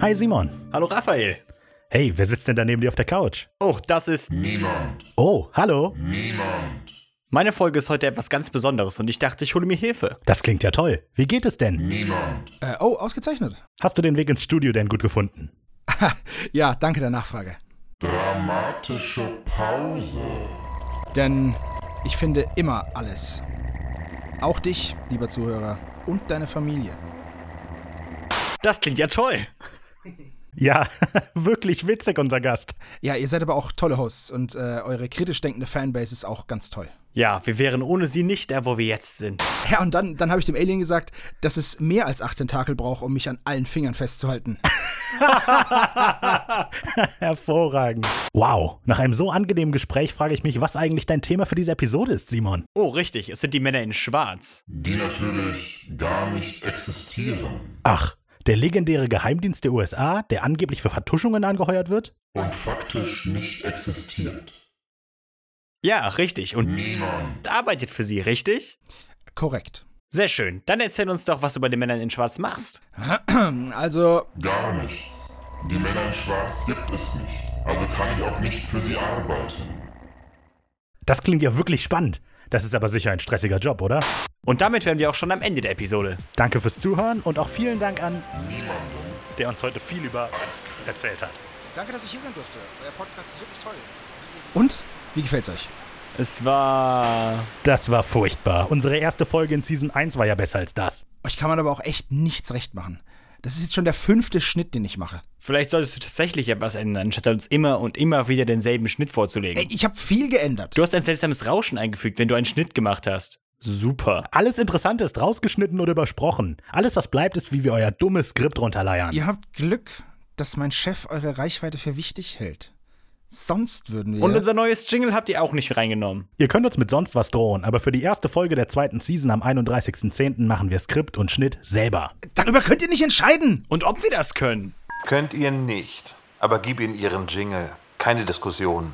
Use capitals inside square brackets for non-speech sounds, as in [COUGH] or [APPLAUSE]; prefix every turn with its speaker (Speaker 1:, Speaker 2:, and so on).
Speaker 1: Hi Simon.
Speaker 2: Hallo Raphael.
Speaker 1: Hey, wer sitzt denn da neben dir auf der Couch?
Speaker 2: Oh, das ist.
Speaker 1: Oh, hallo.
Speaker 2: Meine Folge ist heute etwas ganz Besonderes und ich dachte, ich hole mir Hilfe.
Speaker 1: Das klingt ja toll. Wie geht es denn?
Speaker 3: Äh, oh, ausgezeichnet.
Speaker 1: Hast du den Weg ins Studio denn gut gefunden?
Speaker 3: Ja, danke der Nachfrage.
Speaker 4: Dramatische Pause.
Speaker 3: Denn ich finde immer alles. Auch dich, lieber Zuhörer, und deine Familie.
Speaker 2: Das klingt ja toll.
Speaker 1: Ja, [LAUGHS] wirklich witzig, unser Gast.
Speaker 3: Ja, ihr seid aber auch tolle Hosts und äh, eure kritisch denkende Fanbase ist auch ganz toll.
Speaker 2: Ja, wir wären ohne sie nicht da, wo wir jetzt sind.
Speaker 3: Ja, und dann, dann habe ich dem Alien gesagt, dass es mehr als acht Tentakel braucht, um mich an allen Fingern festzuhalten.
Speaker 1: [LAUGHS] Hervorragend. Wow, nach einem so angenehmen Gespräch frage ich mich, was eigentlich dein Thema für diese Episode ist, Simon.
Speaker 2: Oh, richtig, es sind die Männer in Schwarz.
Speaker 4: Die natürlich gar nicht existieren.
Speaker 1: Ach, der legendäre Geheimdienst der USA, der angeblich für Vertuschungen angeheuert wird?
Speaker 4: Und faktisch nicht existiert.
Speaker 2: Ja, richtig. Und arbeitet für sie, richtig?
Speaker 3: Korrekt. [CLEARS THROAT]
Speaker 2: Sehr schön. Dann erzähl uns doch, was du bei den Männern in Schwarz machst.
Speaker 3: Also,
Speaker 4: Gar nichts. Die Männer in Schwarz gibt es nicht. Also kann ich auch nicht für sie arbeiten.
Speaker 1: Das klingt ja wirklich spannend. Das ist aber sicher ein stressiger Job, oder?
Speaker 2: Und damit wären wir auch schon am Ende der Episode.
Speaker 1: Danke fürs Zuhören und auch vielen Dank an der uns heute viel über erzählt hat.
Speaker 3: danke, dass ich hier sein durfte. Euer Podcast ist wirklich toll. Und? Wie gefällt's euch?
Speaker 2: Es war.
Speaker 1: Das war furchtbar. Unsere erste Folge in Season 1 war ja besser als das.
Speaker 3: Euch kann man aber auch echt nichts recht machen. Das ist jetzt schon der fünfte Schnitt, den ich mache.
Speaker 2: Vielleicht solltest du tatsächlich etwas ändern, statt uns immer und immer wieder denselben Schnitt vorzulegen.
Speaker 3: Ey, ich habe viel geändert.
Speaker 2: Du hast ein seltsames Rauschen eingefügt, wenn du einen Schnitt gemacht hast. Super.
Speaker 1: Alles Interessante ist rausgeschnitten oder übersprochen. Alles, was bleibt, ist, wie wir euer dummes Skript runterleiern.
Speaker 3: Ihr habt Glück, dass mein Chef eure Reichweite für wichtig hält. Sonst würden wir.
Speaker 2: Und unser neues Jingle habt ihr auch nicht reingenommen.
Speaker 1: Ihr könnt uns mit sonst was drohen, aber für die erste Folge der zweiten Season am 31.10. machen wir Skript und Schnitt selber.
Speaker 3: Darüber könnt ihr nicht entscheiden.
Speaker 2: Und ob wir das können?
Speaker 5: Könnt ihr nicht. Aber gib ihnen ihren Jingle. Keine Diskussion.